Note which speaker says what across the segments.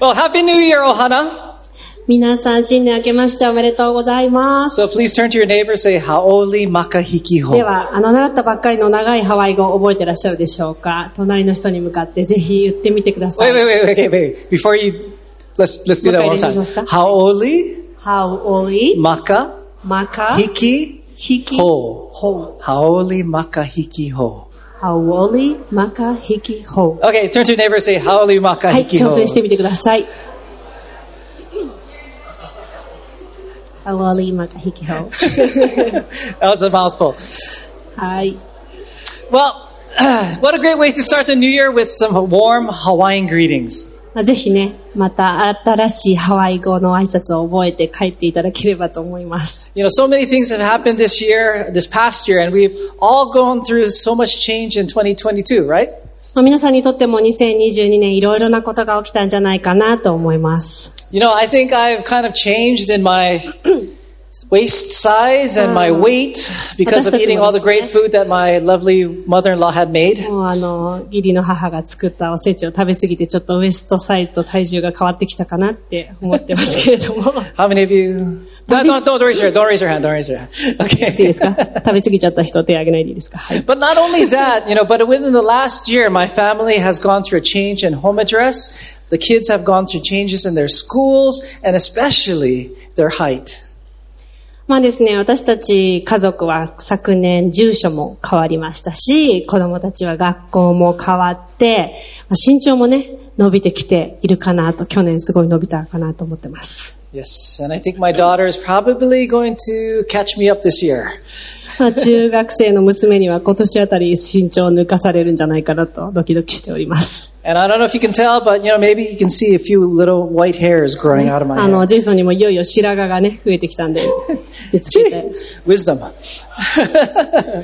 Speaker 1: Well, Happy New Year, Ohana.
Speaker 2: 皆さん、新年明けましておめでとうございます
Speaker 1: So。please turn to your neighbor and say, Haoli Makahiki Ho.
Speaker 2: では、あの、習ったばっかりの長いハワイ語を覚えてらっしゃるでしょうか隣の人に向かってぜひ言ってみてくださ
Speaker 1: Wait,
Speaker 2: い。
Speaker 1: wait, wait, wait, wait, wait. Before you, let's, let's do that one more time.
Speaker 2: もう一回練習しますか？
Speaker 1: Haoli
Speaker 2: ハウオリ、
Speaker 1: Makahiki
Speaker 2: マカ、ヒキ、
Speaker 1: ほう
Speaker 2: ほ
Speaker 1: Haoli Makahiki Ho.
Speaker 2: う。ハウオリ、マカ、ヒキ、ほう。
Speaker 1: Okay, turn to your neighbor and say, Haoli
Speaker 2: はい、
Speaker 1: Makahiki
Speaker 2: 挑戦して
Speaker 1: Ho.
Speaker 2: みてください。ハウオリ、マカ、ヒキ、ほう。
Speaker 1: That was a mouthful.
Speaker 2: はい。
Speaker 1: Well, what a great way to start the new year with some warm Hawaiian greetings.
Speaker 2: まあぜひね、また新しいハワイ語の挨拶を覚えて帰っていただければと思います。
Speaker 1: You know, so many things have happened this year, this past year, and we've all gone through so much change in 2022, right?
Speaker 2: まあ皆さんにとっても2022年いろいろなことが起きたんじゃないかなと思います。
Speaker 1: You know, I think I've kind of changed in my waist size and my weight because of eating all the great food that my lovely mother-in-law had made.
Speaker 2: もうあの、義理の母が作ったおせちを食べ過ぎてちょっとウエストサイズと体重が変わってきたかなって思ってますけれど も。い
Speaker 1: How many of you? No, don't, don't raise your don't raise your hand. Don't raise your hand.
Speaker 2: い
Speaker 1: Okay.
Speaker 2: で すか食べ過ぎちゃった人手挙げないでいいですかはい。
Speaker 1: But not only that, you know, but within the last year, my family has gone through a change in home address. The kids have gone through changes in their schools and especially their height.
Speaker 2: まあですね、私たち家族は昨年住所も変わりましたし、子供たちは学校も変わって、まあ身長もね、伸びてきているかなと、去年すごい伸びたかなと思ってます。
Speaker 1: Yes, and I think my daughter is probably going to catch me up this year.
Speaker 2: まあ、中学生の娘には今年あたり身長を抜かされるんじゃないかなとドキドキしております。
Speaker 1: And I don't know if you can tell, but you know, maybe you can see a few little white hairs growing out of my
Speaker 2: あ
Speaker 1: head.
Speaker 2: の、ジェイソンにもいよいよ白髪がね、増えてきたんで、見つけて。
Speaker 1: Wisdom.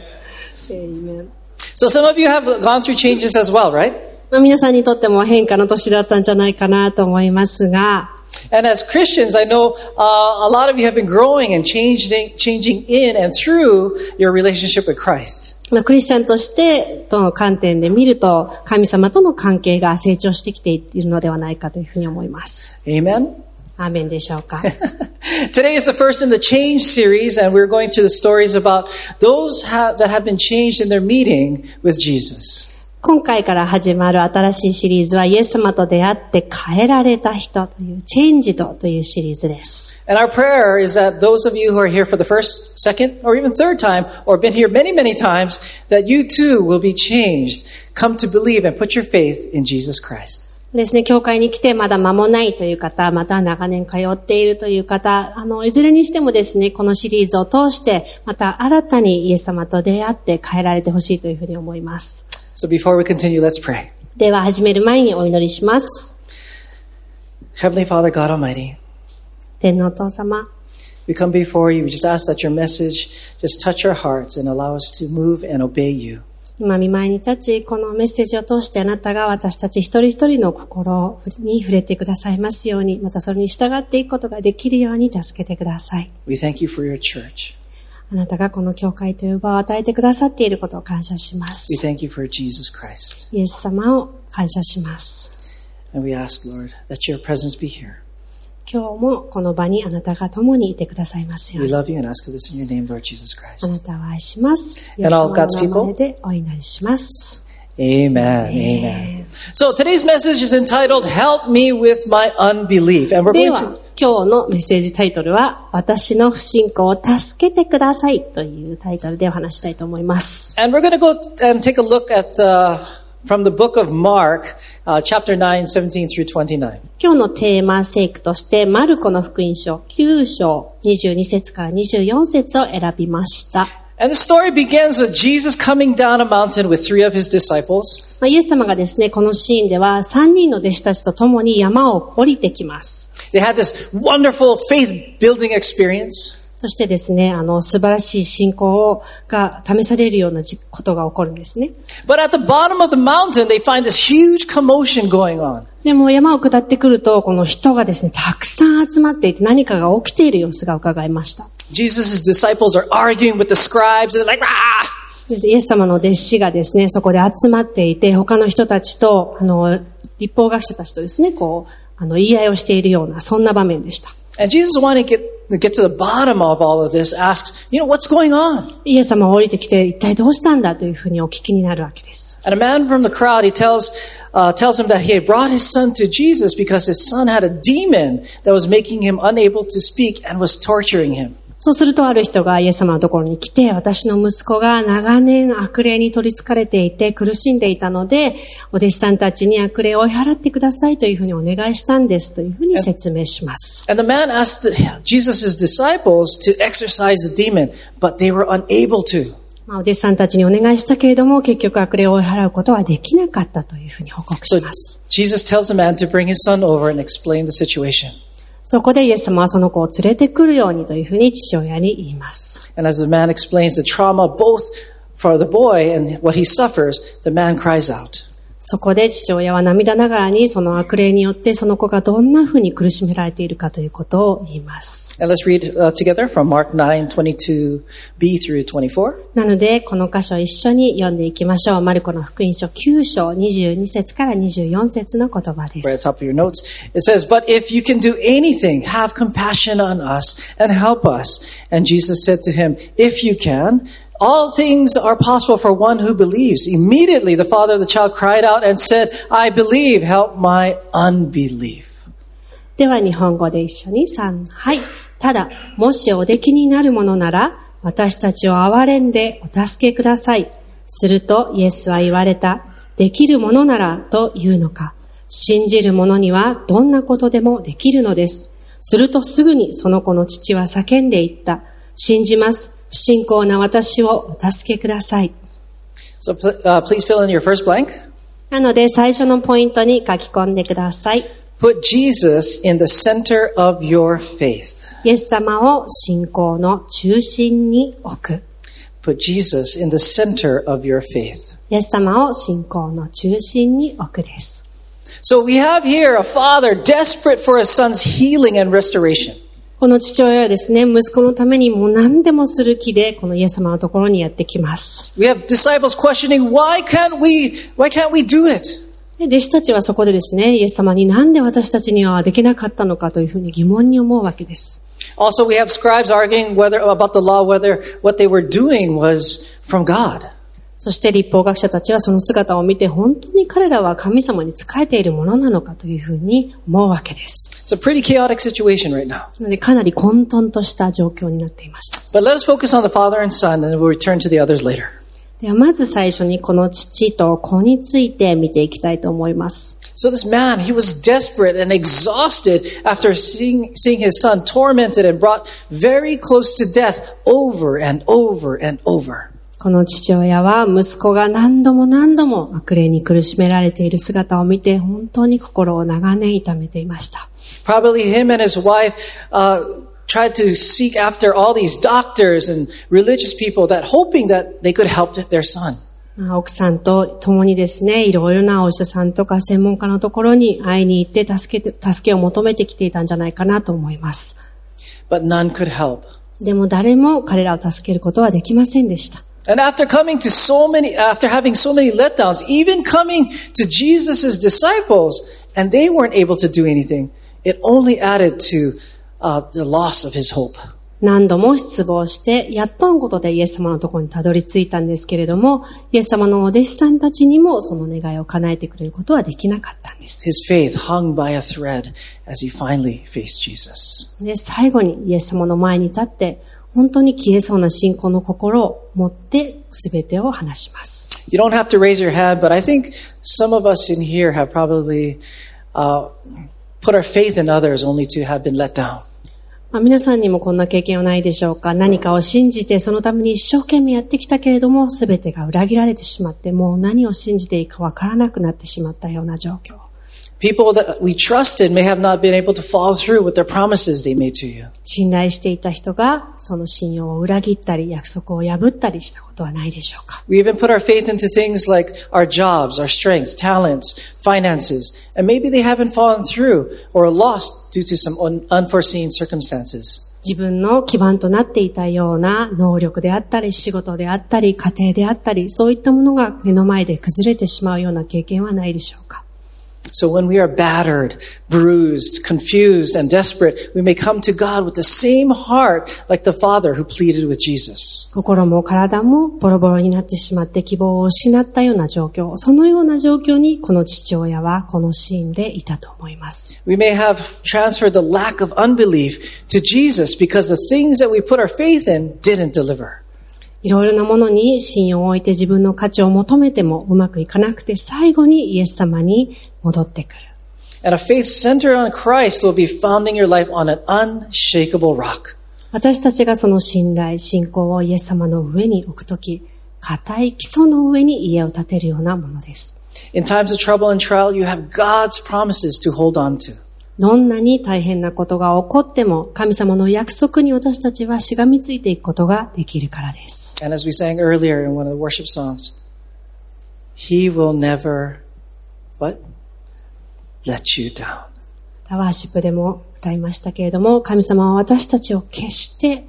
Speaker 2: Amen
Speaker 1: So some of you have gone through changes as well, right?
Speaker 2: まあ、皆さんにとっても変化の年だったんじゃないかなと思いますが、
Speaker 1: And as Christians, I know uh, a lot of you have been growing and changing, changing in and through your relationship with Christ.
Speaker 2: まあ、クリスチャンとしてとの観点で見ると、神様との関係が成長してきているのではないかというふうに思います。
Speaker 1: Amen.
Speaker 2: アーメンでしょうか。
Speaker 1: Today is the first in the Change series, and we're going through the stories about those ha- that have been changed in their meeting with Jesus.
Speaker 2: 今回から始まる新しいシリーズは、イエス様と出会って変えられた人という、チェンジドというシリーズです。
Speaker 1: And our prayer is that those of you who are here for the first, second, or even third time, or been here many, many times, that you too will be changed. Come to believe and put your faith in Jesus Christ.
Speaker 2: ですね、教会に来てまだ間もないという方、また長年通っているという方、あの、いずれにしてもですね、このシリーズを通して、また新たにイエス様と出会って変えられてほしいというふうに思います。
Speaker 1: So before we continue, let's pray.
Speaker 2: では、始める前にお祈りします。
Speaker 1: Heavenly Father, God Almighty,
Speaker 2: 天皇お父様、
Speaker 1: we come before you. We just ask that your message just touch our hearts and allow us to move and obey you.
Speaker 2: 今見舞いに立ち、このメッセージを通してあなたが私たち一人一人の心に触れてくださいますように、またそれに従っていくことができるように助けてください。
Speaker 1: We thank you for your church.
Speaker 2: あなたがこの教会という場を与えてくださっていることを感謝しま
Speaker 1: We
Speaker 2: す。
Speaker 1: thank you for Jesus Christ.
Speaker 2: イエス様を感謝します。
Speaker 1: And we ask, Lord, that your presence be here.
Speaker 2: 今日もこの場にあなたが共にいてくださいますよう
Speaker 1: We
Speaker 2: に。
Speaker 1: love you and ask this in your name, Lord Jesus
Speaker 2: あ
Speaker 1: Christ.
Speaker 2: なたを愛します。イエ
Speaker 1: And
Speaker 2: ス
Speaker 1: all
Speaker 2: 様
Speaker 1: God's
Speaker 2: の名前でお祈りします。
Speaker 1: Amen. Amen. So today's message is entitled "Help Me with My Unbelief," and we're
Speaker 2: で
Speaker 1: going
Speaker 2: は
Speaker 1: to、
Speaker 2: 今日のメッセージタイトルは、私の不信仰を助けてくださいというタイトルでお話したいと思います。
Speaker 1: and we're going to go and take a look at uh, from the book of Mark, uh, chapter 9, 17 through 29.
Speaker 2: 今日のテーマ聖句として、マルコの福音書9章22節から24節を選びました。
Speaker 1: And the story begins with Jesus coming down a mountain with three of his disciples,
Speaker 2: まあ、イエス様がですね、このシーンでは3人の弟子たちと共に山を降りてきます。
Speaker 1: they had this wonderful faith-building experience.
Speaker 2: そしてですね、あの、素晴らしい信仰をが試されるようなじことが起こるんですね。
Speaker 1: But at the bottom of the mountain, they find this huge commotion going on.
Speaker 2: でも山を下ってくると、この人がですね、たくさん集まっていて何かが起きている様子が伺えました。
Speaker 1: Jesus' disciples are arguing with the scribes, and they're like, "Ah!"
Speaker 2: でイエス様の弟子がですね、そこで集まっていて、他の人たちと、あの、立法学者たちとですね、こう、あの、言い合いをしているような、そんな場面でした。
Speaker 1: And Jesus, wanting to get, to get to the bottom of all of this, asks, you know, what's going on?
Speaker 2: イエス様は降りてきて、一体どうしたんだというふうにお聞きになるわけです。
Speaker 1: And a man from the crowd, he tells, uh, tells him that he had brought his son to Jesus because his son had a demon that was making him unable to speak and was torturing him.
Speaker 2: そうするとある人がイエス様のところに来て、私の息子が長年悪霊に取り憑かれていて苦しんでいたので、お弟子さんたちに悪霊を追い払ってくださいというふうにお願いしたんですというふうに説明します。
Speaker 1: And the man asked the, Jesus' disciples to exorcise the demon, but they were unable to.
Speaker 2: まあ、お弟子さんたちにお願いしたけれども、結局悪霊を追い払うことはできなかったというふうに報告し
Speaker 1: So
Speaker 2: ます。
Speaker 1: Jesus tells the man to bring his son over and explain the situation.
Speaker 2: そこでイエス様はその子を連れてくるようにというふうに父親に言います。
Speaker 1: And as the man explains the trauma both for the boy and what he suffers, the man cries out.
Speaker 2: そこで父親は涙ながらにその悪霊によってその子がどんなふうに苦しめられているかということを言います。
Speaker 1: And let's read uh, together from Mark 9, 22b through 24.
Speaker 2: なので、この箇所一緒に読んでいきましょう。マルコの福音書9章22節から24節の言葉
Speaker 1: right
Speaker 2: で
Speaker 1: at the
Speaker 2: す。
Speaker 1: top of your notes. It says, But if you can do anything, have compassion on us and help us. And Jesus said to him, If you can, all things are possible for one who believes. Immediately the father of the child cried out and said, I believe, help my unbelief.
Speaker 2: では日本語で一緒に3、はい。ただ、もしおできになるものなら、私たちを憐れんでお助けください。するとイエスは言われた。できるものならというのか。信じる者にはどんなことでもできるのです。するとすぐにその子の父は叫んでいった。信じます。不信仰な私をお助けください。
Speaker 1: So pl- uh, please fill in your first blank.
Speaker 2: なので最初のポイントに書き込んでください。
Speaker 1: Put Jesus in the center of your faith.
Speaker 2: イエス様を信仰の中心に置く。
Speaker 1: Put Jesus in the center of your faith.
Speaker 2: イエス様を信仰の中心に置くです。
Speaker 1: So we have here a father desperate for his son's healing and restoration.
Speaker 2: この父親はですね、息子のためにもう何でもする気で、このイエス様のところにやってきます。
Speaker 1: We have disciples questioning, why can't we, why can't we do it?
Speaker 2: で弟子たちはそこでですね、イエス様になんで私たちにはできなかったのかというふうに疑問に思うわけです。
Speaker 1: Also, we have scribes arguing whether, about the law, whether what they were doing was from God.
Speaker 2: そして立法学者たちはその姿を見て本当に彼らは神様に仕えているものなのかというふうに思うわけです。
Speaker 1: It's a pretty chaotic situation right now.
Speaker 2: なのでかなり混沌とした状況になっていました。
Speaker 1: But let us focus on the father and son and we'll return to the others later.
Speaker 2: ではまず最初にこの父と子について見ていきたいと思います。
Speaker 1: So this man, he was desperate and exhausted after seeing, seeing his son tormented and brought very close to death over and over and over.
Speaker 2: この父親は息子が何度も何度も悪霊に苦しめられている姿を見て本当に心を長年痛めていました。
Speaker 1: Probably him and his wife uh, tried to seek after all these doctors and religious people that hoping that they could help their son.
Speaker 2: まあ奥さんと共にですね、いろいろなお医者さんとか専門家のところに会いに行って助けて、助けを求めてきていたんじゃないかなと思います。
Speaker 1: But none could help.
Speaker 2: でも誰も彼らを助けることはできませんでした。
Speaker 1: And after coming to so many, after having so many letdowns, even coming to Jesus' disciples, and they weren't able to do anything, it only added to uh, the loss of his hope.
Speaker 2: 何度も失望して、やっとのことでイエス様のところにたどり着いたんですけれども、イエス様のお弟子さんたちにもその願いを叶えてくれることはできなかったんです。
Speaker 1: His faith hung by a thread as he finally faced Jesus.
Speaker 2: で、最後にイエス様の前に立って、本当に消えそうな信仰の心を持って全てを話します。
Speaker 1: You don't have to raise your hand, but I think some of us in here have probably uh, put our faith in others only to have been let down.
Speaker 2: まあ、皆さんにもこんな経験はないでしょうか何かを信じてそのために一生懸命やってきたけれども全てが裏切られてしまってもう何を信じていいかわからなくなってしまったような状況。
Speaker 1: People that we trusted may have not been able to follow through with their promises they made to you.
Speaker 2: 信頼していた人がその信用を裏切ったり約束を破ったりしたことはないでしょうか
Speaker 1: We even put our faith into things like our jobs, our strengths, talents, finances, and maybe they haven't fallen through or are lost due to some un- unforeseen circumstances.
Speaker 2: 自分の基盤となっていたような能力であったり、仕事であったり、家庭であったり、そういったものが目の前で崩れてしまうような経験はないでしょうか。
Speaker 1: So when we are battered, bruised, confused, and desperate, we may come to God with the same heart like the Father who pleaded with Jesus.
Speaker 2: 心も体もボロボロになってしまって希望を失ったような状況、そのような状況にこの父親はこのシーンでいたと思います。
Speaker 1: We may have transferred the lack of unbelief to Jesus because the things that we put our faith in didn't deliver.
Speaker 2: いろいろなものに信用を置いて自分の価値を求めてもうまくいかなくて最後にイエス様に戻ってくる。
Speaker 1: And a faith centered on Christ will be founding your life on an unshakable rock.
Speaker 2: 私たちがその信頼、信仰をイエス様の上に置くとき、固い基礎の上に家を建てるようなものです。
Speaker 1: In times of trouble and trial, you have God's promises to hold on to.
Speaker 2: どんなに大変なことが起こっても、神様の約束に私たちはしがみついていくことができるからです。
Speaker 1: And as we sang earlier in one of the worship songs, He will never, what? Let you down.
Speaker 2: ワーシップでも歌いましたけれども、神様は私たちを決して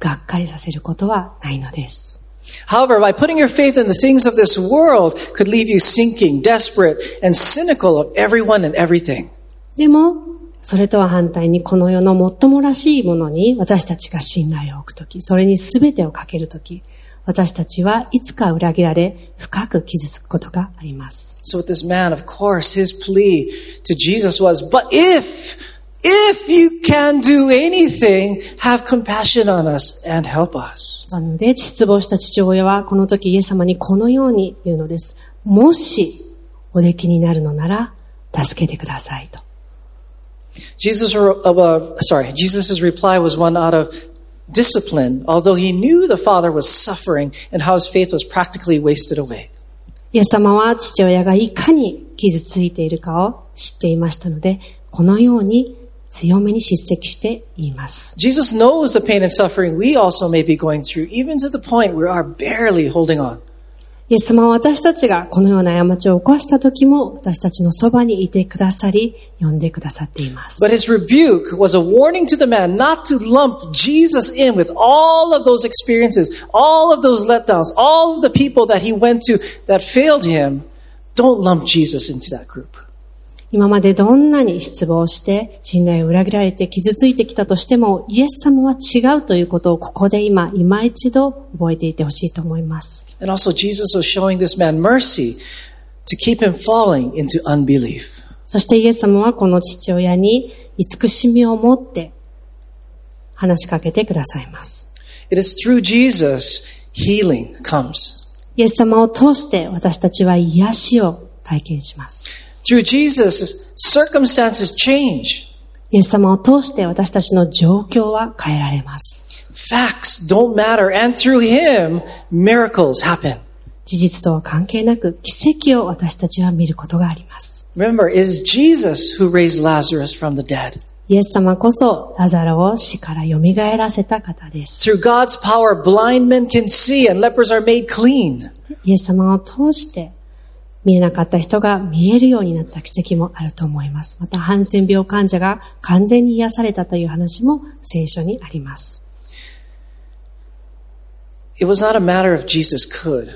Speaker 2: がっかりさせることはないのです。
Speaker 1: However, by putting your faith in the things of this world could leave you sinking, desperate, and cynical of everyone and everything.
Speaker 2: でも、それとは反対にこの世の最もらしいものに私たちが信頼を置くとき、それに全てをかけるとき、私たちはいつか裏切られ、深く傷つくことがあります。
Speaker 1: So with this man, of course, his plea to Jesus was, but if, if you can do anything, have compassion on us and help us.
Speaker 2: なので、失望した父親はこの時イエス様にこのように言うのです。もし、おできになるのなら、助けてくださいと。
Speaker 1: Jesus, uh, uh, sorry, Jesus' reply was one out of discipline, although he knew the Father was suffering and how his faith was practically wasted away.
Speaker 2: イエス様は父親がいかに傷ついているかを知っていましたので、このように強めに叱責して言います。
Speaker 1: Jesus knows the pain and suffering we also may be going through, even to the point we are barely holding on.
Speaker 2: イエス様は私たちがこのような過ちを起こした時も私たちのそばにいてくださり、呼んでくださっています。
Speaker 1: But his rebuke was a warning to the man not to lump Jesus in with all of those experiences, all of those letdowns, all of the people that he went to that failed him. Don't lump Jesus into that group.
Speaker 2: 今までどんなに失望して信頼を裏切られて傷ついてきたとしても、イエス様は違うということをここで今、今一度覚えていてほしいと思います。
Speaker 1: And also, Jesus was showing this man mercy to keep him falling into unbelief.
Speaker 2: そしてイエス様はこの父親に慈しみを持って話しかけてくださいます。
Speaker 1: It is through Jesus healing comes.
Speaker 2: イエス様を通して私たちは癒しを体験します。
Speaker 1: Through Jesus, circumstances change.
Speaker 2: イエス様を通して私たちの状況は変えられます。
Speaker 1: Facts don't matter. And through him, miracles happen.
Speaker 2: 事実とは関係なく奇跡を私たちは見ることがあります。
Speaker 1: Remember, it is Jesus who raised Lazarus from the dead.
Speaker 2: イエス様こそラザロを死から蘇らせた方です。
Speaker 1: Through God's power, blind men can see and lepers are made clean.
Speaker 2: イエス様を通して見えなかった人が見えるようになった奇跡もあると思います。また、ハンセン病患者が完全に癒されたという話も聖書にあります。
Speaker 1: It was not a matter if Jesus could.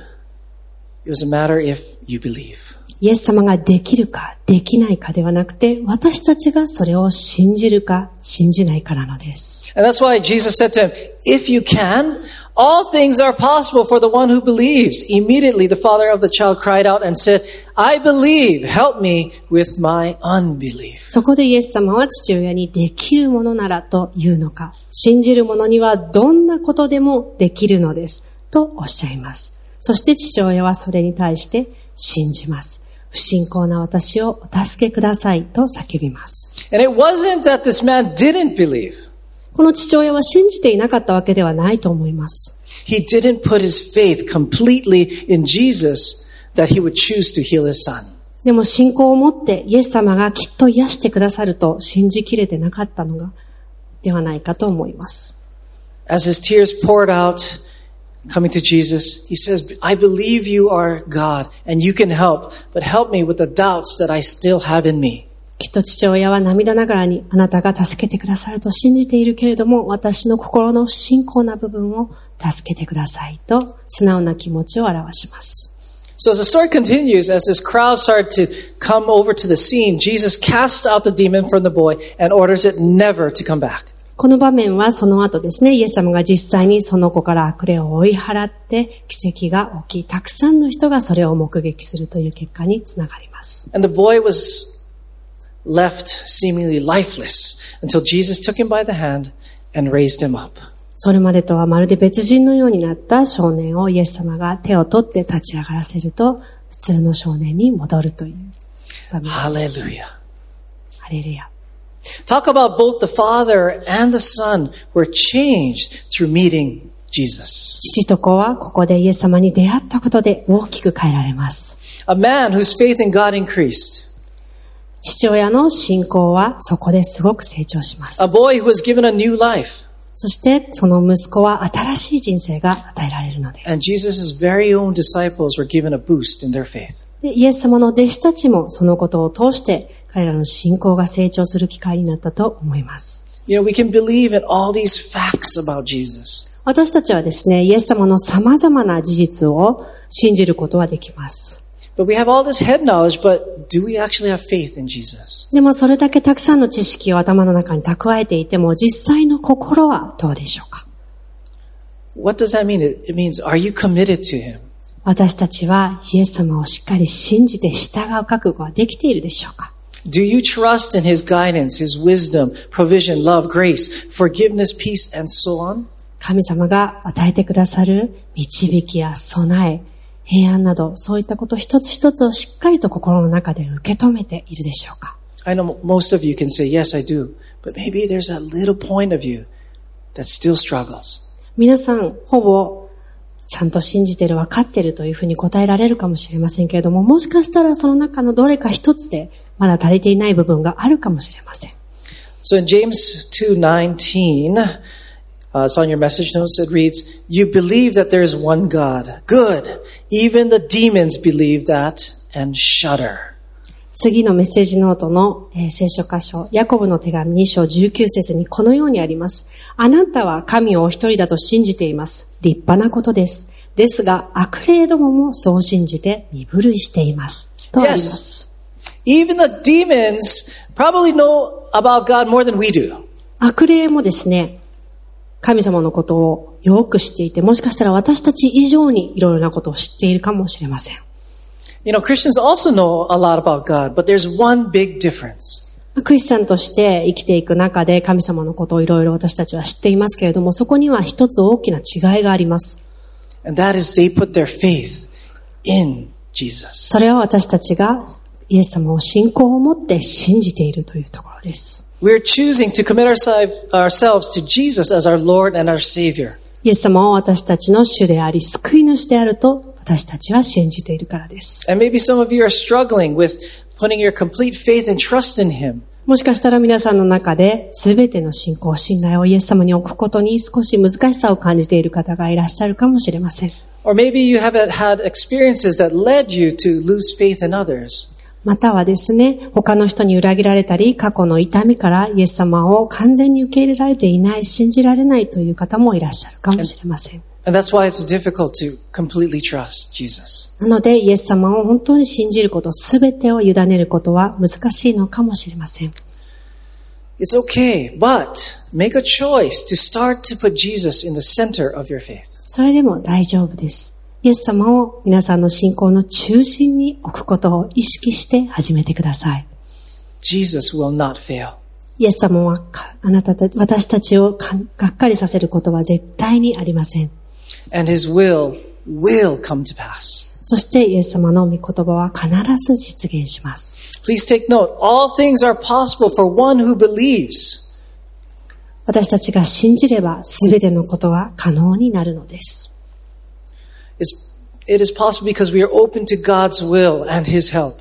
Speaker 1: It was a matter if you believe.
Speaker 2: イエス様ができるかできないかではなくて、私たちがそれを信じるか信じないかなのです。
Speaker 1: And that's why Jesus said to him, If you can, all things are possible for the one who believes. Immediately the father of the child cried out and said, I believe, help me with my unbelief.
Speaker 2: そこでイエス様は父親にできるものならというのか、信じる者にはどんなことでもできるのですとおっしゃいます。そして父親はそれに対して信じます。不信仰な私をお助けくださいと叫びます。
Speaker 1: And it wasn't that this man didn't believe.
Speaker 2: この父親は信じていなかったわけではないと思います。
Speaker 1: He didn't put his faith completely in Jesus that he would choose to heal his son.
Speaker 2: でも信仰を持ってイエス様がきっと癒してくださると信じきれてなかったのが、ではないかと思います。
Speaker 1: As his tears poured out, coming to Jesus, he says, I believe you are God and you can help, but help me with the doubts that I still have in me.
Speaker 2: きっと父親は涙ながらにあなたが助けてくださると信じているけれども、私の心の不信仰な部分を助けてくださいと、素直な気持ちを表します。
Speaker 1: So as the story continues, as this crowd started to come over to the scene, Jesus casts out the demon from the boy and orders it never to come back.
Speaker 2: この場面はその後ですね、イエス様が実際にその子から悪霊を追い払って奇跡が起き、たくさんの人がそれを目撃するという結果につながります。
Speaker 1: And the boy was left seemingly lifeless until Jesus took him by the hand and raised him up.
Speaker 2: それまでとはまるで別人のようになった少年をイエス様が手を取って立ち上がらせると、普通の少年に戻るという場面です。
Speaker 1: Hallelujah.
Speaker 2: ハレルヤ。
Speaker 1: Talk about both the father and the son were changed through meeting Jesus.
Speaker 2: 父と子はここでイエス様に出会ったことで大きく変えられます。
Speaker 1: A man whose faith in God increased.
Speaker 2: 父親の信仰はそこですごく成長します
Speaker 1: A。boy who was given a new life.
Speaker 2: そしてその息子は新しい人生が与えられるのです
Speaker 1: And Jesus' very own disciples were given a boost in their faith.
Speaker 2: で。イエス様の弟子たちもそのことを通して彼らの信仰が成長する機会になったと思います。
Speaker 1: You know, we can believe in all these facts about Jesus.
Speaker 2: 私たちはですね、イエス様の様々な事実を信じることはできます。
Speaker 1: But we have all this head knowledge, but do we actually have faith in Jesus?
Speaker 2: でもそれだけたくさんの知識を頭の中に蓄えていても実際の心はどうでしょうか
Speaker 1: What does that mean? It it means, are you committed to Him?
Speaker 2: 私たちはイエス様をしっかり信じて従う覚悟はできているでしょうか
Speaker 1: Do you trust in His guidance, His wisdom, provision, love, grace, forgiveness, peace, and so on?
Speaker 2: 神様が与えてくださる導きや備え、平安など、そういったこと一つ一つをしっかりと心の中で受け止めているでしょうか
Speaker 1: I know most of you can say, yes, I do. But maybe there's that little point of you that still struggles.
Speaker 2: 皆さん、ほぼ、ちゃんと信じてる、分かってるというふうに答えられるかもしれませんけれども、もしかしたらその中のどれか一つで、まだ足りていない部分があるかもしれません。
Speaker 1: So in James 2:19, uh, it's on your message notes. It reads, "You believe that there is one God. Good. Even the demons believe that and shudder."
Speaker 2: 次のメッセージノートの、えー聖書箇所、ヤコブの手紙2章19節にこのようにあります。あなたは神をお一人だと信じています。立派なことです。ですが、悪霊どももそう信じて身震いしています。とあります。
Speaker 1: Even the demons probably know about God more than we do.
Speaker 2: 悪霊もですね、神様のことをよく知っていて、もしかしたら私たち以上にいろいろなことを知っているかもしれません。
Speaker 1: You know, Christians also know a lot about God, but there's one big difference.
Speaker 2: クリスチャンとして生きていく中で神様のことをいろいろ私たちは知っていますけれども、そこには一つ大きな違いがあります。
Speaker 1: And that is they put their faith in Jesus.
Speaker 2: それは私たちがイエス様を信仰を持って信じているというところです。
Speaker 1: We're choosing to commit oursi- ourselves to Jesus as our Lord and our Savior.
Speaker 2: イエス様を私たちの主であり、救い主であると私たちは信じているからです。
Speaker 1: And maybe some of you are struggling with putting your complete faith and trust in Him.
Speaker 2: もしかしたら皆さんの中で全ての信仰、信頼をイエス様に置くことに少し難しさを感じている方がいらっしゃるかもしれません。
Speaker 1: Or maybe you have had experiences that led you to lose faith in others.
Speaker 2: またはですね、他の人に裏切られたり、過去の痛みからイエス様を完全に受け入れられていない、信じられないという方もいらっしゃるかもしれません。
Speaker 1: And that's why it's difficult to completely trust Jesus.
Speaker 2: なので、イエス様を本当に信じること、すべてを委ねることは難しいのかもしれません。
Speaker 1: It's okay, but make a choice to start to put Jesus in the center of your faith.
Speaker 2: それでも大丈夫です。イエス様を皆さんの信仰の中心に置くことを意識して始めてください。
Speaker 1: Jesus will not fail.
Speaker 2: イエス様はか、あなたた、私たちをかがっかりさせることは絶対にありません。
Speaker 1: And His will will come to pass.
Speaker 2: そしてイエス様の御言葉は必ず実現します。
Speaker 1: Please take note, all things are possible for one who believes.
Speaker 2: 私たちが信じれば全てのことは可能になるのです。
Speaker 1: It's, it is possible because we are open to God's will and His help.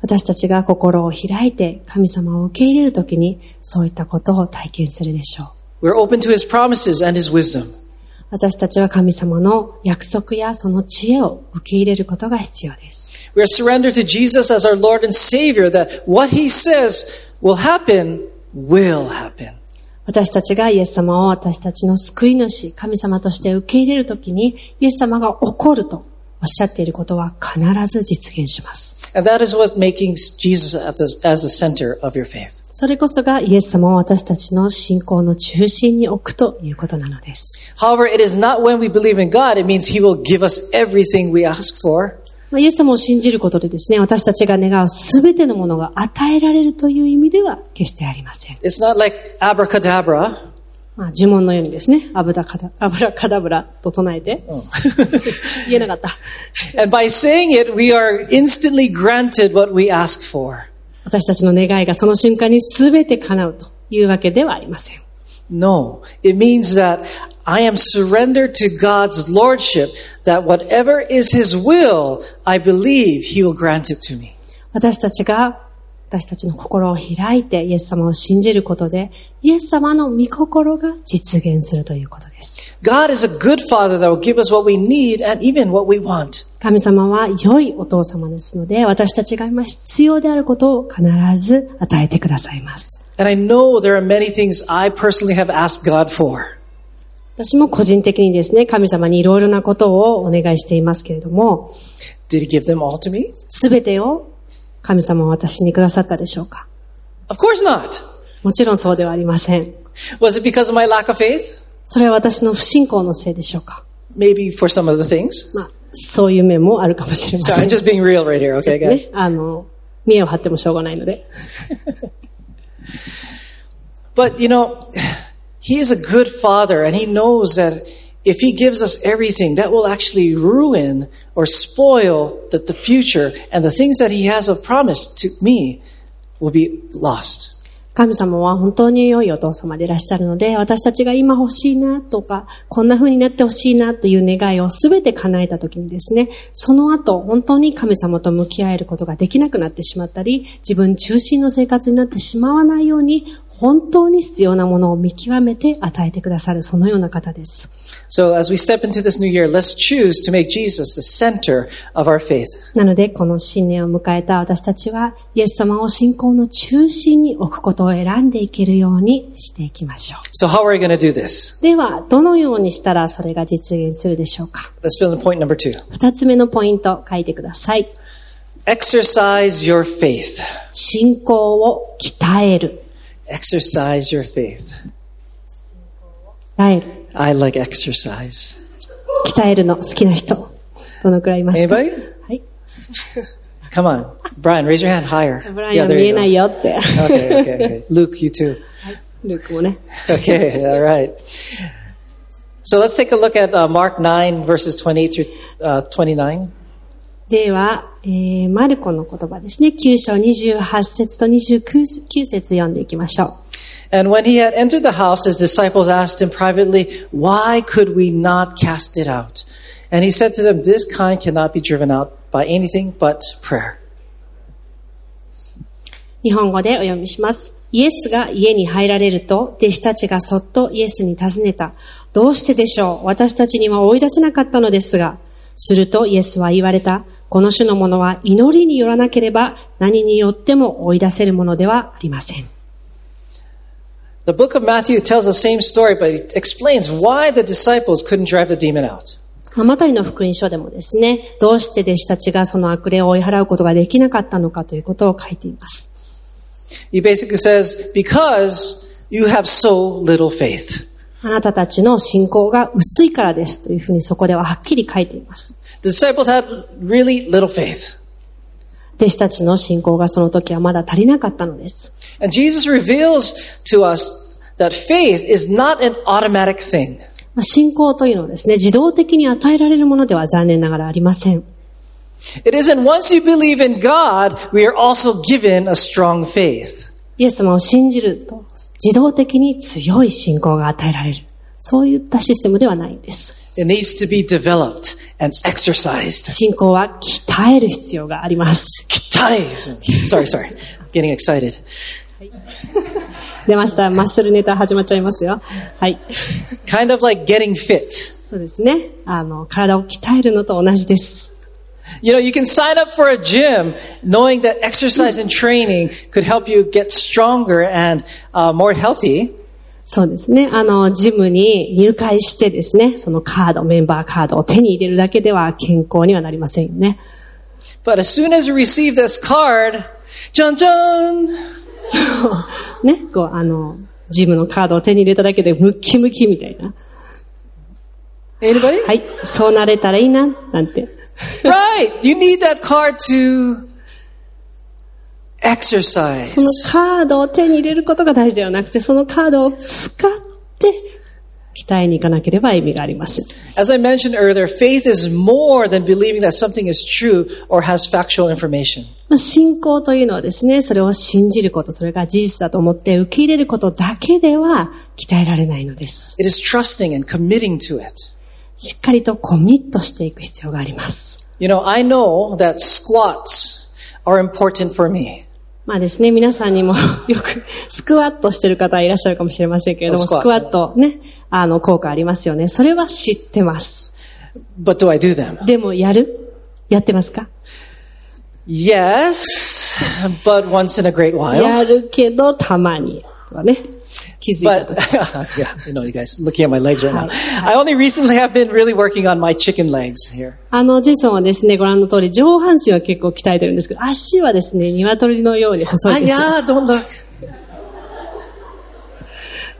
Speaker 2: 私たちが心を開いて神様を受け入れるときにそういったことを体験するでしょう。
Speaker 1: We're open to His promises and His wisdom.
Speaker 2: 私たちは神様の約束やその知恵を受け入れることが必要です。
Speaker 1: We are surrendered to Jesus as our Lord and Savior that what He says will happen will happen.
Speaker 2: 私たちがイエス様を私たちの救い主、神様として受け入れるときにイエス様が起こるとおっしゃっていることは必ず実現します。
Speaker 1: And that is what making Jesus at the, as the center of your faith.
Speaker 2: それこそがイエス様を私たちの信仰の中心に置くということなのです。
Speaker 1: However, it is not when we believe in God, it means He will give us everything we ask for.
Speaker 2: まあイエス様を信じることでですね、私たちが願うすべてのものが与えられるという意味では決してありません。
Speaker 1: It's not like abracadabra.
Speaker 2: まあ、呪文のようにですね、アブダカダ、アブラカダブラと唱えて、言えなかった。
Speaker 1: And by saying it, we are instantly granted what we ask for.
Speaker 2: 私たちの願いがその瞬間に全て叶うというわけではありません。
Speaker 1: No, it means that I am surrendered to God's lordship, that whatever is His will, I believe He will grant it to me.
Speaker 2: 私たちが、私たちの心を開いてイエス様を信じることで、イエス様の御心が実現するということです。
Speaker 1: God is a good Father that will give us what we need and even what we want.
Speaker 2: 神様は良いお父様ですので、私たちが今必要であることを必ず与えてくださいます。
Speaker 1: And I know there are many things I personally have asked God for.
Speaker 2: 私も個人的にですね、神様にいろいろなことをお願いしていますけれども、
Speaker 1: Did He give them all to me?
Speaker 2: すべてを神様は私にくださったでしょうか
Speaker 1: Of course not.
Speaker 2: もちろんそうではありません。
Speaker 1: Was it because of my lack of faith?
Speaker 2: それは私の不信仰のせいでしょうか
Speaker 1: Maybe for some of the things.
Speaker 2: まあ、そういう面もあるかもしれま
Speaker 1: Sorry,
Speaker 2: せん
Speaker 1: I'm。just being real right here, okay,
Speaker 2: ね
Speaker 1: guys?、
Speaker 2: あの、見栄を張ってもしょうがないので。
Speaker 1: But you know, He is a good Father and He knows that if He gives us everything, that will actually ruin or spoil the, the future and the things that He has of promise to me will be lost.
Speaker 2: 神様は本当に良いお父様でいらっしゃるので、私たちが今欲しいなとか、こんな風になってほしいなという願いを全て叶えた時にですね、その後本当に神様と向き合えることができなくなってしまったり、自分中心の生活になってしまわないように、本当に必要なものを見極めて与えてくださる、そのような方です。
Speaker 1: So as we step into this new year, let's choose to make Jesus the center of our faith.
Speaker 2: なので、この新年を迎えた私たちは、イエス様を信仰の中心に置くことを選んでいけるようにしていきましょ
Speaker 1: So how are we going to do this?
Speaker 2: う。では、どのようにしたらそれが実現するでしょうか
Speaker 1: Let's fill in point number two.
Speaker 2: 二つ目のポイント、書いてください。
Speaker 1: Exercise your faith.
Speaker 2: 信仰を鍛える。
Speaker 1: Exercise your faith.
Speaker 2: 鍛える。
Speaker 1: I like exercise.
Speaker 2: 鍛えるの好きな人。どのくらいいますか
Speaker 1: Anybody?
Speaker 2: はい。
Speaker 1: Come on. Brian, raise your hand higher.
Speaker 2: ブライアン
Speaker 1: there
Speaker 2: 見え
Speaker 1: you
Speaker 2: ない
Speaker 1: go.
Speaker 2: よって。
Speaker 1: Okay, okay, okay. Luke, you too.
Speaker 2: ルークもね。
Speaker 1: Okay, all right. So let's take a look at uh, Mark 9, verses 28 through uh, 29.
Speaker 2: では、えー、マルコの言葉ですね。9章28節と29節読んでいきましょう。
Speaker 1: And when he had entered the house, his disciples asked him privately, Why could we not cast it out? And he said to them, This kind cannot be driven out by anything but prayer.
Speaker 2: 日本語でお読みします。イエスが家に入られると、弟子たちがそっとイエスに尋ねた。どうしてでしょう私たちには追い出せなかったのですが。するとイエスは言われた。この種のものは祈りによらなければ何によっても追い出せるものではありません。
Speaker 1: The book of Matthew tells the same story, but it explains why the disciples couldn't drive the demon out.
Speaker 2: まあマタイの福音書でもですね、どうして弟子たちがその悪霊を追い払うことができなかったのかということを書いています。
Speaker 1: He basically says, Because you have so little faith.
Speaker 2: あなたたちの信仰が薄いからですというふうにそこでははっきり書いています。
Speaker 1: The disciples had really little faith.
Speaker 2: 弟子たちの信仰がその時はまだ足りなかったのです。
Speaker 1: And Jesus reveals to us that faith is not an automatic thing.
Speaker 2: まあ信仰というのはですね、自動的に与えられるものでは残念ながらありません。
Speaker 1: It isn't once you believe in God, we are also given a strong faith.
Speaker 2: イエス様を信じると、自動的に強い信仰が与えられる。そういったシステムではないんです。
Speaker 1: It needs to be developed and exercised.
Speaker 2: 信仰は鍛える必要があります。
Speaker 1: Sorry, sorry. Getting excited.
Speaker 2: 出ました。マッスルネタ始まっちゃいますよ。はい。
Speaker 1: Kind of like getting fit.
Speaker 2: そうですね。あの、体を鍛えるのと同じです。
Speaker 1: You know, you can sign up for a gym knowing that exercise and training could help you get stronger and uh, more healthy.
Speaker 2: そうですね。あの、ジムに入会してですね、そのカード、メンバーカードを手に入れるだけでは健康にはなりませんよね。
Speaker 1: But as soon as you receive this card, John John,
Speaker 2: ね、こう、あの、ジムのカードを手に入れただけでムッキムキみたいな。
Speaker 1: anybody?
Speaker 2: はい、そうなれたらいいな、なんて。
Speaker 1: right. You need that card to exercise.
Speaker 2: そのカードを手に入れることが大事ではなくて、そのカードを使って、鍛えに行かなければ意味がありません。
Speaker 1: As I mentioned earlier, faith is more than believing that something is true or has factual information.
Speaker 2: まあ信仰というのはですね、それを信じること、それが事実だと思って受け入れることだけでは鍛えられないのです。
Speaker 1: It is trusting and committing to it.
Speaker 2: しっかりとコミットしていく必要があります。
Speaker 1: You know, I know that squats are important for me.
Speaker 2: まあですね、皆さんにも よくスクワットしてる方いらっしゃるかもしれませんけれども、
Speaker 1: スクワット
Speaker 2: スクワットね、あの効果ありますよね。それは知ってます。
Speaker 1: But do I do them?
Speaker 2: でもやるやってますか
Speaker 1: Yes, but once in a great while.
Speaker 2: やるけどたまに。とかね。気づい
Speaker 1: But
Speaker 2: た
Speaker 1: yeah,
Speaker 2: 時。
Speaker 1: you know, you guys looking at my legs right now. I only recently have been really working on my chicken legs here.
Speaker 2: あの、ジェイソンはですね、ご覧の通り、上半身は結構鍛えてるんですけど、足はですね、鶏のように細いです。
Speaker 1: yeah, don't look.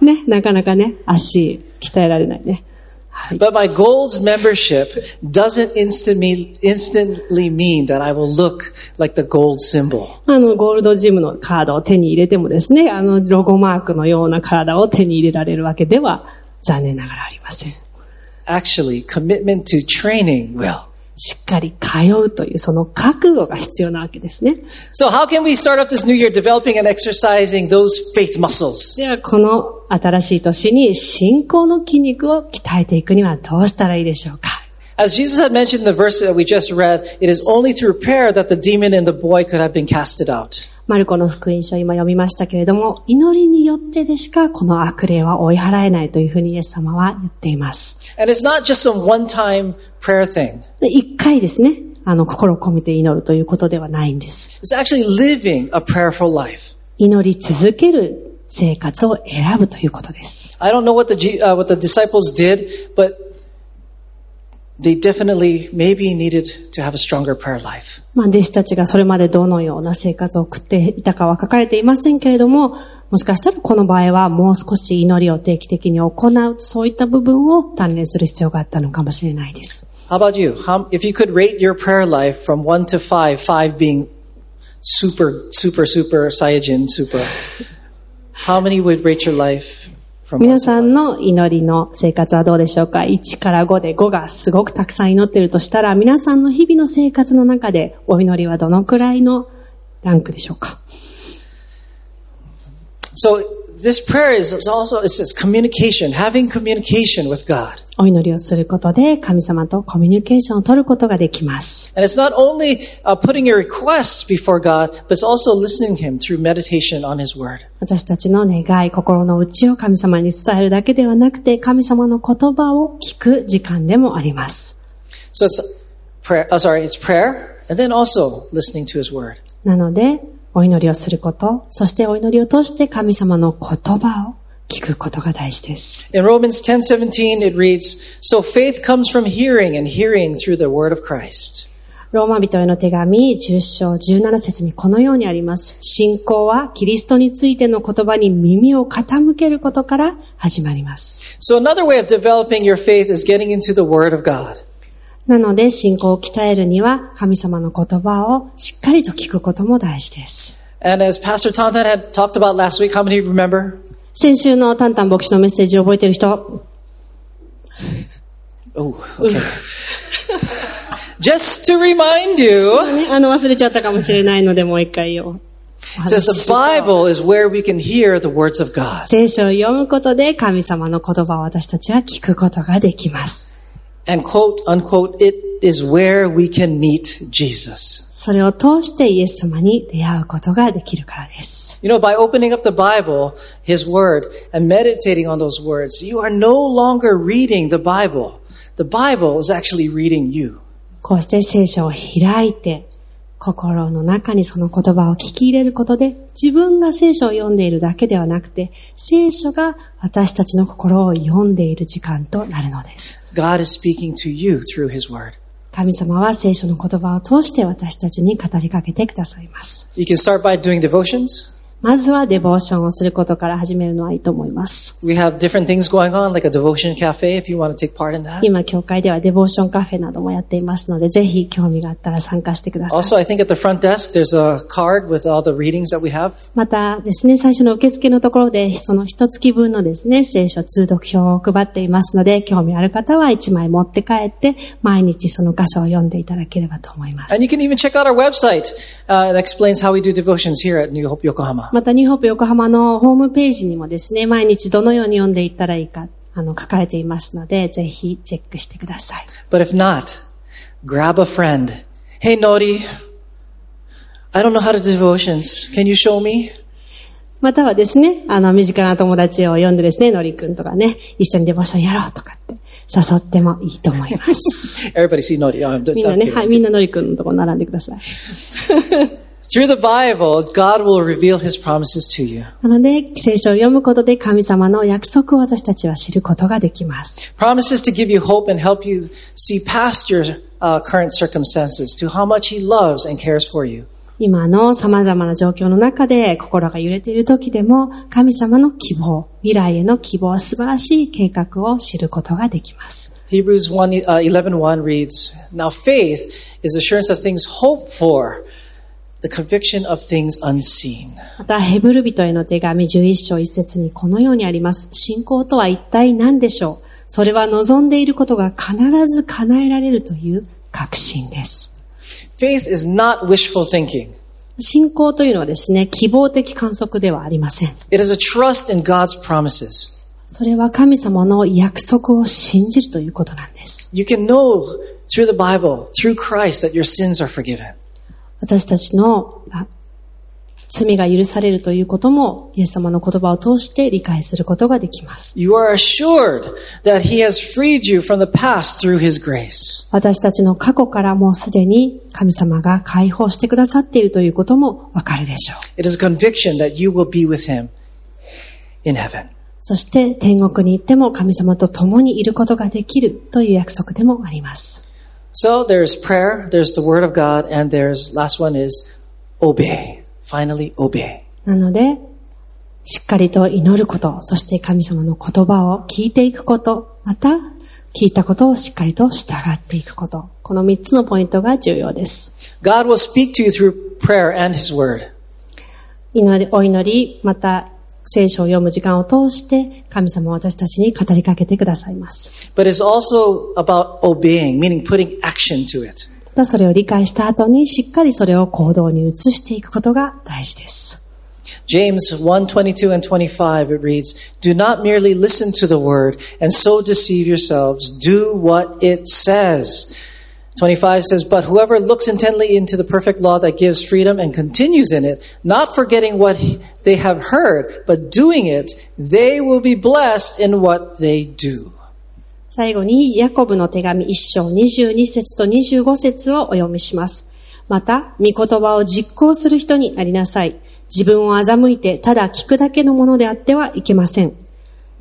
Speaker 2: ね、なかなかね、足、鍛えられないね。はい。
Speaker 1: But my Gold's membership doesn't instantly instantly mean that I will look like the gold symbol.
Speaker 2: あの、ゴールドジムのカードを手に入れてもですね、あの、ロゴマークのような体を手に入れられるわけでは、残念ながらありません。
Speaker 1: Actually, commitment to training will.
Speaker 2: しっかり通うという、その覚悟が必要なわけですね。
Speaker 1: So how can we start off this new year developing and exercising those faith muscles?
Speaker 2: では、この新しい年に信仰の筋肉を鍛えていくにはどうしたらいいでしょうか
Speaker 1: As Jesus had mentioned in the verse that we just read, it is only through prayer that the demon in the boy could have been casted out.
Speaker 2: マルコの福音書今読みましたけれども、祈りによってでしかこの悪霊は追い払えないというふうにイエス様は言っています。
Speaker 1: And it's not just some one-time prayer thing.
Speaker 2: で一回ですね、あの、心を込めて祈るということではないんです。
Speaker 1: It's actually living a prayerful life.
Speaker 2: 祈り続ける生活を選ぶということです。
Speaker 1: I don't know what the G- uh, what the disciples did, but they definitely maybe needed to have a stronger prayer life.
Speaker 2: まあ、弟子たちがそれまでどのような生活を送っていたかは書かれていませんけれども、もしかしたらこの場合はもう少し祈りを定期的に行う、そういった部分を鍛錬する必要があったのかもしれないです。
Speaker 1: How about you? How, if you could rate your prayer life from one to five, five being super, super, super Saiyajin, super, how many would rate your life from?
Speaker 2: 皆
Speaker 1: One to
Speaker 2: さんの祈りの生活はどうでしょうか ?1 から5で5がすごくたくさん祈ってるとしたら、皆さんの日々の生活の中でお祈りはどのくらいのランクでしょうか
Speaker 1: so this prayer is is also it says communication, having communication with God,
Speaker 2: お祈りをすることで神様とコミュニケーションを取ることができます。
Speaker 1: and it's not only uh, putting your requests before God, but it's also listening to Him through meditation on His Word.
Speaker 2: 私たちの願い、心の内を神様に伝えるだけではなくて、神様の言葉を聞く時間でもあります。
Speaker 1: So it's prayer. Oh, sorry, it's prayer, and then also listening to His Word.
Speaker 2: なので、お祈りをすること、そしてお祈りを通して神様の言葉を聞くことが大事です。
Speaker 1: In Romans 10:17 it reads, "So faith comes from hearing and hearing through the word of Christ."
Speaker 2: ローマ人への手紙10章17節にこのようにあります。信仰はキリストについての言葉に耳を傾けることから始まります。
Speaker 1: So another way of developing your faith is getting into the word of God.
Speaker 2: なので信仰を鍛えるには神様の言葉をしっかりと聞くことも大事です。
Speaker 1: And as Pastor Tantan had talked about last week, how many of you remember?
Speaker 2: 先週のタンタン牧師のメッセージを覚えてる人、
Speaker 1: Oh, okay. Just to remind you,
Speaker 2: ね、あの忘れちゃったかもしれないのでもう一回よ。
Speaker 1: it
Speaker 2: お話
Speaker 1: says
Speaker 2: しす
Speaker 1: the
Speaker 2: る
Speaker 1: Bible is where we can hear the words of God.
Speaker 2: 聖書を読むことで神様の言葉を私たちは聞くことができます。
Speaker 1: And quote unquote, it is where we can meet Jesus.
Speaker 2: それを通してイエス様に出会うことができるからです。
Speaker 1: You know, by opening up the Bible, His Word, and meditating on those words, you are no longer reading the Bible. The Bible is actually reading you.
Speaker 2: こうして聖書を開いて、心の中にその言葉を聞き入れることで、自分が聖書を読んでいるだけではなくて、聖書が私たちの心を読んでいる時間となるのです。
Speaker 1: God is speaking to you through His Word.
Speaker 2: 神様は聖書の言葉を通して私たちに語りかけてくださいます。
Speaker 1: You can start by doing devotions.
Speaker 2: まずはデボーションをすることから始めるのはいいと思います。
Speaker 1: We have different things going on, like a devotion cafe, if you want to take part in that.
Speaker 2: 今、教会ではデボーションカフェなどもやっていますので、ぜひ興味があったら参加してください。
Speaker 1: Also, I think at the front desk, there's a card with all the readings that we have.
Speaker 2: またですね、最初の受付のところで、その一月分のですね、聖書通読表を配っていますので、興味ある方は一枚持って帰って、毎日その箇所を読んでいただければと思います。
Speaker 1: And you can even check out our website uh, that explains how we do devotions here at New Hope Yokohama.
Speaker 2: また、ニューホープ横浜のホームページにもですね、毎日どのように読んでいったらいいか、あの、書かれていますので、ぜひチェックしてください。
Speaker 1: But if not, grab a friend. Hey, Nori, I don't know how to do devotions. Can you show me?
Speaker 2: またはですね、あの、身近な友達を呼んでですね、のりくんとかね、一緒にデボーションやろうとかって誘ってもいいと思います。
Speaker 1: Everybody see Nori. Oh, I'm d-
Speaker 2: みんな
Speaker 1: I'm
Speaker 2: ね、はい、
Speaker 1: kidding.
Speaker 2: みんなのりくんのとこ並んでください。
Speaker 1: Through the Bible, God will reveal his promises to you.
Speaker 2: なので、聖書を読むことで神様の約束を私たちは知ることができます。
Speaker 1: Promises to give you hope and help you see past your uh, current circumstances to how much he loves and cares for you.
Speaker 2: 今の様々な状況の中で心が揺れている時でも神様の希望、未来への希望、素晴らしい計画を知ることができます。
Speaker 1: Hebrews 1, uh, 11 reads, Now faith is assurance of things hoped for, the conviction of things unseen.
Speaker 2: また、ヘブル人への手紙11章1節にこのようにあります。信仰とは一体何でしょうそれは望んでいることが必ず叶えられるという確信です。
Speaker 1: Faith is not wishful thinking.
Speaker 2: 信仰というのはですね、希望的観測ではありません。
Speaker 1: It is a trust in God's promises.
Speaker 2: それは神様の約束を信じるということなんです。
Speaker 1: You can know through the Bible, through Christ, that your sins are forgiven.
Speaker 2: 私たちのあ罪が許されるということも、イエス様の言葉を通して理解することができます。
Speaker 1: You are assured that He has freed you from the past through His grace.
Speaker 2: 私たちの過去からもうすでに神様が解放してくださっているということもわかるでしょう。
Speaker 1: It is a conviction that you will be with Him in heaven.
Speaker 2: そして天国に行っても神様と共にいることができるという約束でもあります。
Speaker 1: So there's prayer, there's the Word of God, and there's, last one is obey. Finally, obey.
Speaker 2: なので、しっかりと祈ること、そして神様の言葉を聞いていくこと、また、聞いたことをしっかりと従っていくこと。この3つのポイントが重要です。
Speaker 1: God will speak to you through prayer and His Word.
Speaker 2: 祈り、お祈り、また、聖書を読む時間を通して、神様は私たちに語りかけてくださいます。
Speaker 1: But it's also about obeying, meaning putting action to it.
Speaker 2: また、それを理解した後に、しっかりそれを行動に移していくことが大事です。
Speaker 1: James 1 22 and 25, it reads, Do not merely listen to the word and so deceive yourselves. Do what it says. 25 says, But whoever looks intently into the perfect law that gives freedom and continues in it, not forgetting what he- they have heard, but doing it, they will be blessed in what they do.
Speaker 2: 最後に、ヤコブの手紙1章22節と25節をお読みします。また、御言葉を実行する人になりなさい。自分を欺いて、ただ聞くだけのものであってはいけません。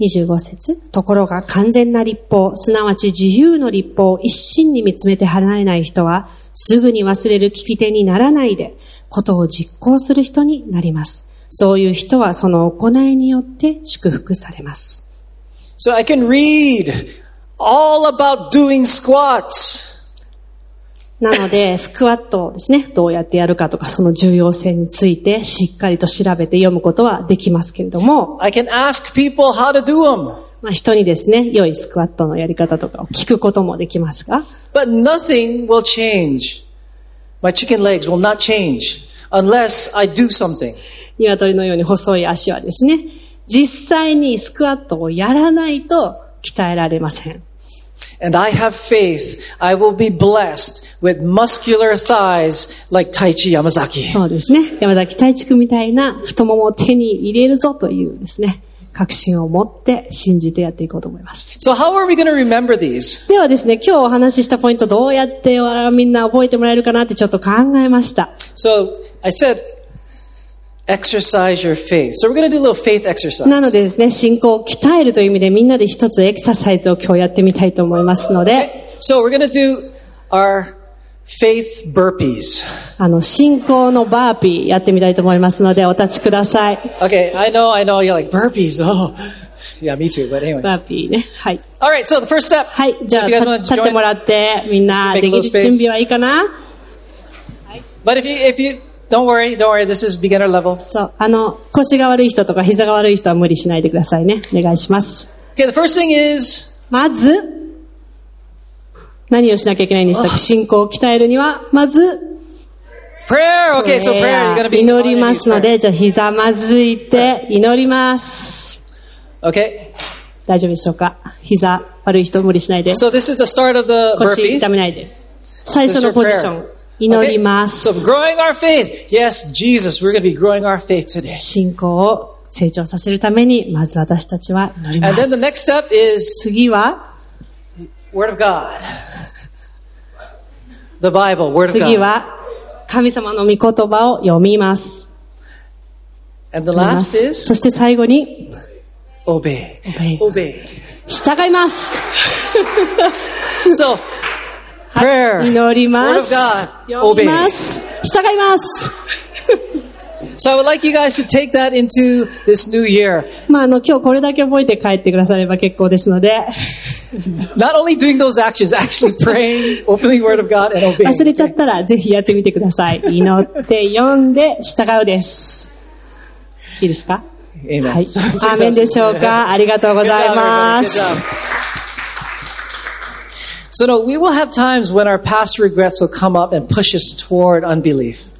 Speaker 2: 25節ところが完全な立法、すなわち自由の立法を一心に見つめて離れない人は、すぐに忘れる聞き手にならないで、ことを実行する人になります。そういう人はその行いによって祝福されます。
Speaker 1: So I can read all about doing squats.
Speaker 2: なので、 スクワットをですね、どうやってやるかとか、その重要性についてしっかりと調べて読むことはできますけれども、
Speaker 1: I can ask people how to do them.
Speaker 2: まあ、人にですね、良いスクワットのやり方とかを聞くこともできますが、
Speaker 1: But nothing will change. My chicken legs will not change unless I do something.
Speaker 2: 鶏のように細い足はですね、実際にスクワットをやらないと鍛えられません。
Speaker 1: And I have faith I will be blessed with muscular thighs like Taichi Yamazaki.
Speaker 2: そうですね、山崎太一君みたいな太ももを手に入れるぞというですね、確信を持って信じてやっていこうと思います。
Speaker 1: So how are we going to remember these?
Speaker 2: ではですね、今日お話ししたポイントどうやってみんな覚えてもらえるかなってちょっと考えました。
Speaker 1: So I said, exercise your faith. So we're going to do a little faith exercise.
Speaker 2: なのでですね、信仰を鍛えるという意味でみんなで一つエクササイズを今日やってみたいと思いますので、
Speaker 1: So we're going to do our faith burpees.
Speaker 2: あの、信仰のバーピーやってみたいと思いますので、お立ちください。
Speaker 1: Okay, I know, I know. You're like burpees. Oh, yeah, me too. But anyway,
Speaker 2: バーピーね。はい。
Speaker 1: all right. So the first step.
Speaker 2: はい。じ
Speaker 1: So if
Speaker 2: ゃあ、
Speaker 1: you guys
Speaker 2: た
Speaker 1: want
Speaker 2: 立
Speaker 1: to
Speaker 2: って
Speaker 1: join,
Speaker 2: もらって、みんな
Speaker 1: Make a
Speaker 2: でき
Speaker 1: little
Speaker 2: る
Speaker 1: space.
Speaker 2: 準備はいいかな
Speaker 1: but if you if you don't worry, don't worry. This is beginner level.
Speaker 2: そう。あの、腰が悪い人とか膝が悪い人は無理しないでくださいね。お願いします。
Speaker 1: Okay, the first thing is
Speaker 2: まず、何をしなきゃいけないんでしたっけ信仰を鍛えるには、まず、
Speaker 1: prayer. Okay, so prayer. You're going to be
Speaker 2: 祈
Speaker 1: on
Speaker 2: り
Speaker 1: your
Speaker 2: ま
Speaker 1: knees
Speaker 2: すの
Speaker 1: praying.
Speaker 2: で、じゃあ膝まずいて祈ります。
Speaker 1: Okay,
Speaker 2: 大丈夫でしょうか膝悪い人無理しないで。
Speaker 1: so this is the start of the
Speaker 2: 腰
Speaker 1: burpee.
Speaker 2: 痛めないで。最
Speaker 1: This
Speaker 2: 初
Speaker 1: is
Speaker 2: の
Speaker 1: your
Speaker 2: ポジショ
Speaker 1: prayer.
Speaker 2: ン、祈りま
Speaker 1: Okay, So
Speaker 2: す。
Speaker 1: growing our faith. Yes, Jesus, we're going to be growing our faith today.
Speaker 2: 信仰を成長させるために、まず私たちは祈りま
Speaker 1: And then the
Speaker 2: す。
Speaker 1: next step is
Speaker 2: 次は、
Speaker 1: Word of God. The Bible, Word of
Speaker 2: 次
Speaker 1: God.
Speaker 2: は、神様の御言葉を読みます。
Speaker 1: And the last
Speaker 2: そ
Speaker 1: is
Speaker 2: して最後に、
Speaker 1: obey.
Speaker 2: Obey.
Speaker 1: Obey.
Speaker 2: 従います。
Speaker 1: So, prayer.
Speaker 2: 祈ります
Speaker 1: Word of God.。
Speaker 2: 読みます。従います。
Speaker 1: So I would like you guys to take that into this new year.
Speaker 2: まあ、あの、今日これだけ覚えて帰ってくだされば結構ですので、
Speaker 1: Not only doing those actions, actually praying, opening Word of God, and
Speaker 2: 忘れ
Speaker 1: obeying.
Speaker 2: ちゃったらぜひやってみてください。祈って、読んで、従うです。いいですかは
Speaker 1: Amen.
Speaker 2: い
Speaker 1: So,。
Speaker 2: アーメンでしょうかありがとうご
Speaker 1: Good
Speaker 2: ざい
Speaker 1: job,
Speaker 2: ま
Speaker 1: everybody. Good
Speaker 2: す。
Speaker 1: job. So no, we will have times when our past regrets will come up and push us toward unbelief.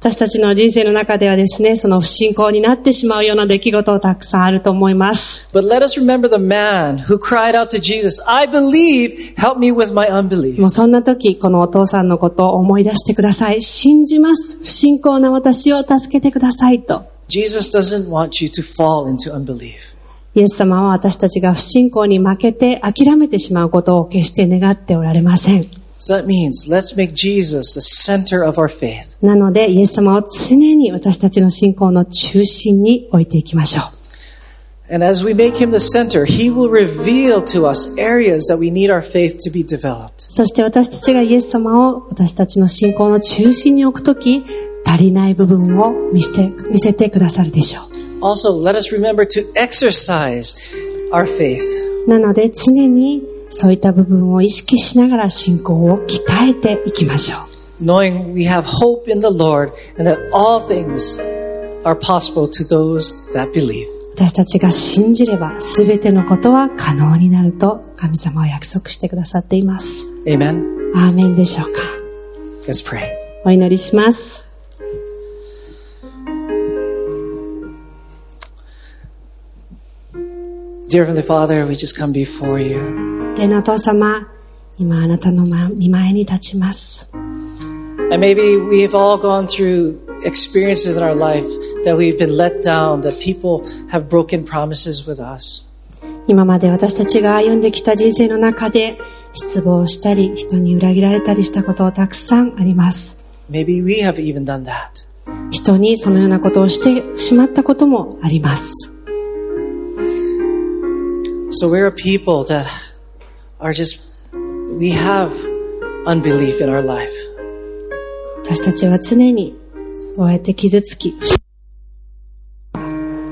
Speaker 2: 私たちの人生の中ではですね、その不信仰になってしまうような出来事をたくさんあると思います。
Speaker 1: But let us remember the man who cried out to Jesus, I believe, help me with my unbelief.
Speaker 2: もうそんな時、このお父さんのことを思い出してください。信じます。不信仰な私を助けてくださいと。
Speaker 1: Jesus doesn't want you to fall into unbelief.
Speaker 2: イエス様は私たちが不信仰に負けて諦めてしまうことを決して願っておられません。
Speaker 1: So that means let's make Jesus the center of our faith.
Speaker 2: なので、イエス様を常に私たちの信仰の中心に置いていきましょう。
Speaker 1: And as we make him the center, he will reveal to us areas that we need our faith to be developed.
Speaker 2: そして私たちがイエス様を私たちの信仰の中心に置くとき、足りない部分を見せて、見せてくださるでしょ
Speaker 1: Also, let us remember to exercise our faith.
Speaker 2: う。なので常にそういった部分を意識しながら信仰を鍛えていきましょう。
Speaker 1: knowing we have hope in the Lord and that all things are possible to those that believe.
Speaker 2: 私たちが信じれば全てのことは可能になると神様は約束してくださっています。
Speaker 1: Amen.
Speaker 2: アーメンでしょうか。
Speaker 1: Let's pray.
Speaker 2: お祈りします。
Speaker 1: Dear Heavenly Father, we just come before you.
Speaker 2: 天のお父様、今あなたの見前に立ちます。
Speaker 1: And maybe we've all gone through experiences in our life that we've been let down, that people have broken promises with us.
Speaker 2: 今まで私たちが歩んできた人生の中で失望したり人に裏切られたりしたことをたくさんあります。
Speaker 1: Maybe we have even done that.
Speaker 2: 人にそのようなことをしてしまったこともあります。
Speaker 1: So we're a people that are just, we have unbelief in our life.
Speaker 2: 私たちは常にそうやって傷つき、不信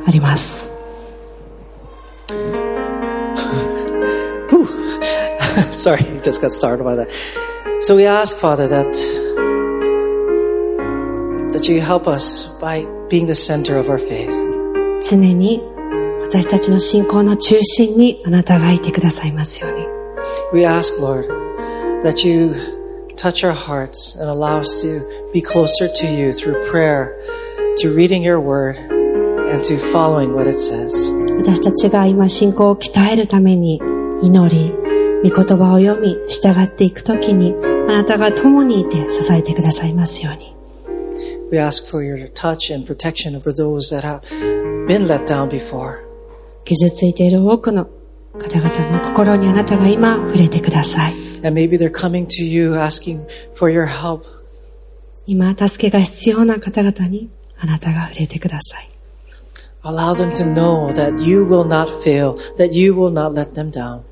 Speaker 2: あります。
Speaker 1: Sorry, just got startled by that. So we ask, Father, that that you help us by being the center of our faith.
Speaker 2: 常に私たちの信仰の中心にあなたがいてくださいますように。
Speaker 1: We ask, Lord, that you touch our hearts and allow us to be closer to you through prayer, to reading your word, and to following what it says.
Speaker 2: 私たちが今信仰を鍛えるために祈り、御言葉を読み、従っていくときに、あなたが共にいて支えてくださいますように。
Speaker 1: We ask for your touch and protection over those that have been let down before.
Speaker 2: 傷ついている多くの方々の心にあなたが今触れてください。
Speaker 1: And maybe they're coming to you asking for your help.
Speaker 2: 今、助けが必要な方々にあなたが触れてください。
Speaker 1: Allow them to know that you will not fail, that you will not let them down.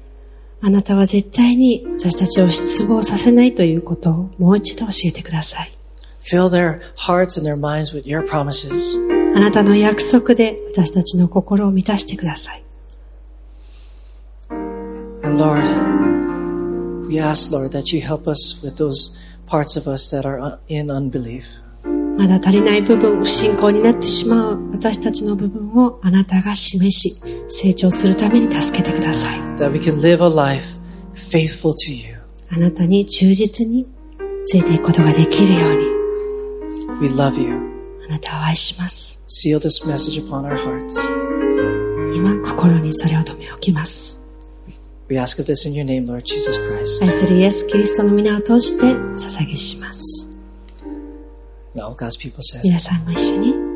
Speaker 2: あなたは絶対に私たちを失望させないということをもう一度教えてください。
Speaker 1: Fill their hearts and their minds with your promises.
Speaker 2: あなたの約束で私たちの心を満たしてください。
Speaker 1: And Lord, we ask, Lord, that you help us with those parts of us that are un- in unbelief.
Speaker 2: まだ足りない部分、不信仰になってしまう私たちの部分をあなたが示し、成長するために助けてください。
Speaker 1: That we can live a life faithful to you.
Speaker 2: あなたに忠実についていくことができるように、
Speaker 1: We love you.
Speaker 2: あなたを愛します。
Speaker 1: Seal this message upon our hearts.
Speaker 2: 今、心にそれを留め置きます。
Speaker 1: We ask of this in your name, Lord Jesus Christ.
Speaker 2: 愛するイエス・キリストの皆を通してお捧げします。
Speaker 1: Now, God's people said,
Speaker 2: 皆さんご一緒に。